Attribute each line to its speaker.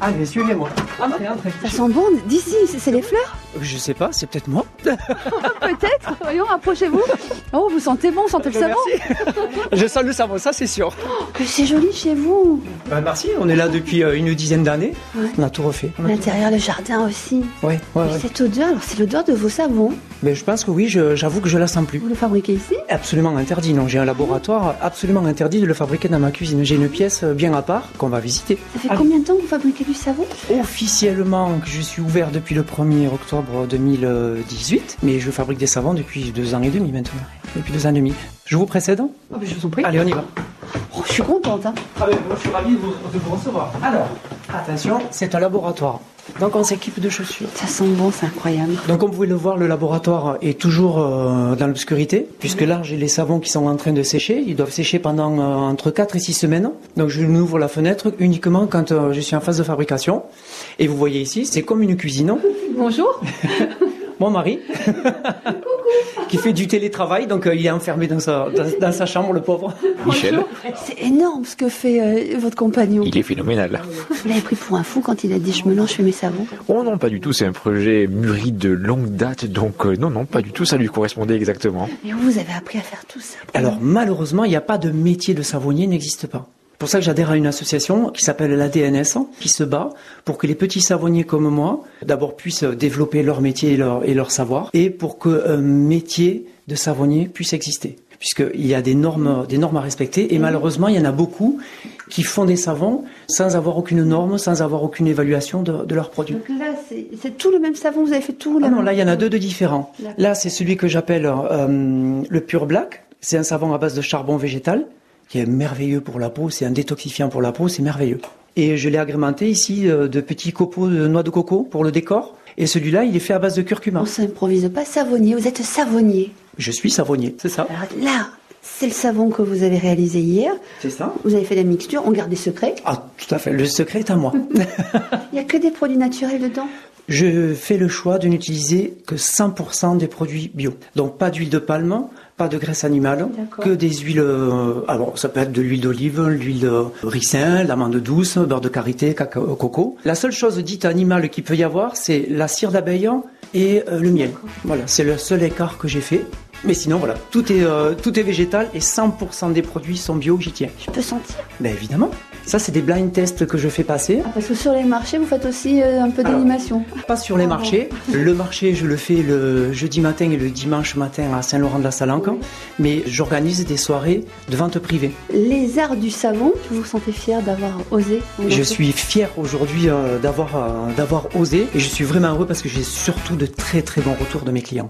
Speaker 1: Allez, suivez-moi.
Speaker 2: Ah, bah,
Speaker 1: Entrez, entrez.
Speaker 2: Ça sent bon d'ici, c'est c'est les fleurs
Speaker 1: Euh, Je sais pas, c'est peut-être moi.
Speaker 2: Peut-être, voyons, approchez-vous. Oh, vous sentez bon, vous sentez le
Speaker 1: Euh,
Speaker 2: savon
Speaker 1: merci. Je sens le savon, ça c'est sûr.
Speaker 2: Que c'est joli chez vous.
Speaker 1: Bah, merci, on est là depuis euh, une dizaine d'années.
Speaker 2: Ouais.
Speaker 1: On a tout refait.
Speaker 2: L'intérieur, le jardin aussi.
Speaker 1: Ouais, ouais, ouais.
Speaker 2: Mais Cette odeur, alors c'est l'odeur de vos savons.
Speaker 1: Mais je pense que oui, je- j'avoue que je la sens plus.
Speaker 2: Vous le fabriquez ici
Speaker 1: Absolument interdit, non. J'ai un laboratoire absolument interdit de le fabriquer dans ma cuisine. J'ai une pièce euh, bien à part qu'on va visiter.
Speaker 2: Ça fait
Speaker 1: Ah.
Speaker 2: combien de temps que vous fabriquez du savon
Speaker 1: Officiellement, que je suis ouvert depuis le 1er octobre 2018, mais je fabrique des savons depuis deux ans et demi maintenant. Depuis deux ans et demi. Je vous précède
Speaker 2: Oh, mais Je vous en prie.
Speaker 1: Allez, on y va.
Speaker 2: Oh, je suis contente. hein.
Speaker 1: Ah ben, moi, je suis ravi de vous, de vous recevoir. Alors, attention, c'est un laboratoire. Donc on s'équipe de chaussures.
Speaker 2: Ça sent bon, c'est incroyable.
Speaker 1: Donc comme vous pouvez le voir, le laboratoire est toujours euh, dans l'obscurité, puisque là j'ai les savons qui sont en train de sécher. Ils doivent sécher pendant euh, entre 4 et 6 semaines. Donc je n'ouvre la fenêtre uniquement quand euh, je suis en phase de fabrication. Et vous voyez ici, c'est comme une cuisine.
Speaker 2: Bonjour.
Speaker 1: Mon mari, qui fait du télétravail, donc euh, il est enfermé dans sa, dans- dans sa chambre, le pauvre.
Speaker 3: Michel,
Speaker 2: C'est énorme ce que fait euh, votre compagnon.
Speaker 3: il est phénoménal.
Speaker 2: Vous l'avez pris pour un fou quand il a dit je me lance, je fais mes savons.
Speaker 3: Oh non, pas du tout, c'est un projet mûri de longue date, donc euh, non, non, pas du tout, ça lui correspondait exactement.
Speaker 2: Mais où vous avez appris à faire tout ça
Speaker 1: Alors malheureusement, il n'y a pas de métier de savonnier, il n'existe pas. Pour ça que j'adhère à une association qui s'appelle la DNS, hein, qui se bat pour que les petits savonniers comme moi, d'abord puissent euh, développer leur métier et leur, et leur savoir, et pour que un métier de savonnier puisse exister. Puisqu'il y a des normes, euh, des normes à respecter, et malheureusement, il y en a beaucoup qui font des savons sans avoir aucune norme, sans avoir aucune évaluation de, de leurs produits.
Speaker 2: Donc là, c'est c'est tout le même savon, vous avez fait tout la
Speaker 1: Ah non,
Speaker 2: même-
Speaker 1: là, il y en a deux de différents.
Speaker 2: D'accord.
Speaker 1: Là, c'est celui que j'appelle euh, le Pure Black. C'est un savon à base de charbon végétal qui est merveilleux pour la peau. C'est un détoxifiant pour la peau. C'est merveilleux. Et je l'ai agrémenté ici euh, de petits copeaux de noix de coco pour le décor. Et celui-là, il est fait à base de curcuma.
Speaker 2: On s'improvise pas savonnier, vous êtes savonnier.
Speaker 1: Je suis savonnier, c'est ça
Speaker 2: Alors là, c'est le savon que vous avez réalisé hier.
Speaker 1: C'est ça
Speaker 2: Vous avez fait la mixture, on garde des secrets.
Speaker 1: Ah, tout à fait. Le secret est à moi.
Speaker 2: Il n'y a que des produits naturels dedans.
Speaker 1: Je fais le choix de n'utiliser que 100% des produits bio. Donc pas d'huile de palme, pas de graisse animale,
Speaker 2: D'accord.
Speaker 1: que des huiles. euh, alors ça peut être de l'huile d'olive, l'huile de ricin, l'amande douce, beurre de karité, cacao, coco. La seule chose dite animale qu'il peut y avoir, c'est la cire d'abeille et euh, le miel. Voilà, c'est le seul écart que j'ai fait. Mais sinon, voilà, tout est, euh, tout est végétal et 100% des produits sont bio, j'y tiens.
Speaker 2: Je peux sentir.
Speaker 1: Ben évidemment. Ça, c'est des blind tests que je fais passer.
Speaker 2: Ah, parce que sur les marchés, vous faites aussi euh, un peu
Speaker 1: Alors.
Speaker 2: d'animation.
Speaker 1: Pas sur les
Speaker 2: Ah bon.
Speaker 1: marchés. Le marché, je le fais le jeudi matin et le dimanche matin à Saint-Laurent-de-la-Salanque. Mais j'organise des soirées de vente privée.
Speaker 2: Les arts du savon, vous vous sentez fier d'avoir osé vous
Speaker 1: Je
Speaker 2: lancer
Speaker 1: suis fier aujourd'hui euh, d'avoir euh, d'avoir osé et je suis vraiment heureux parce que j'ai surtout de très très bons retours de mes clients.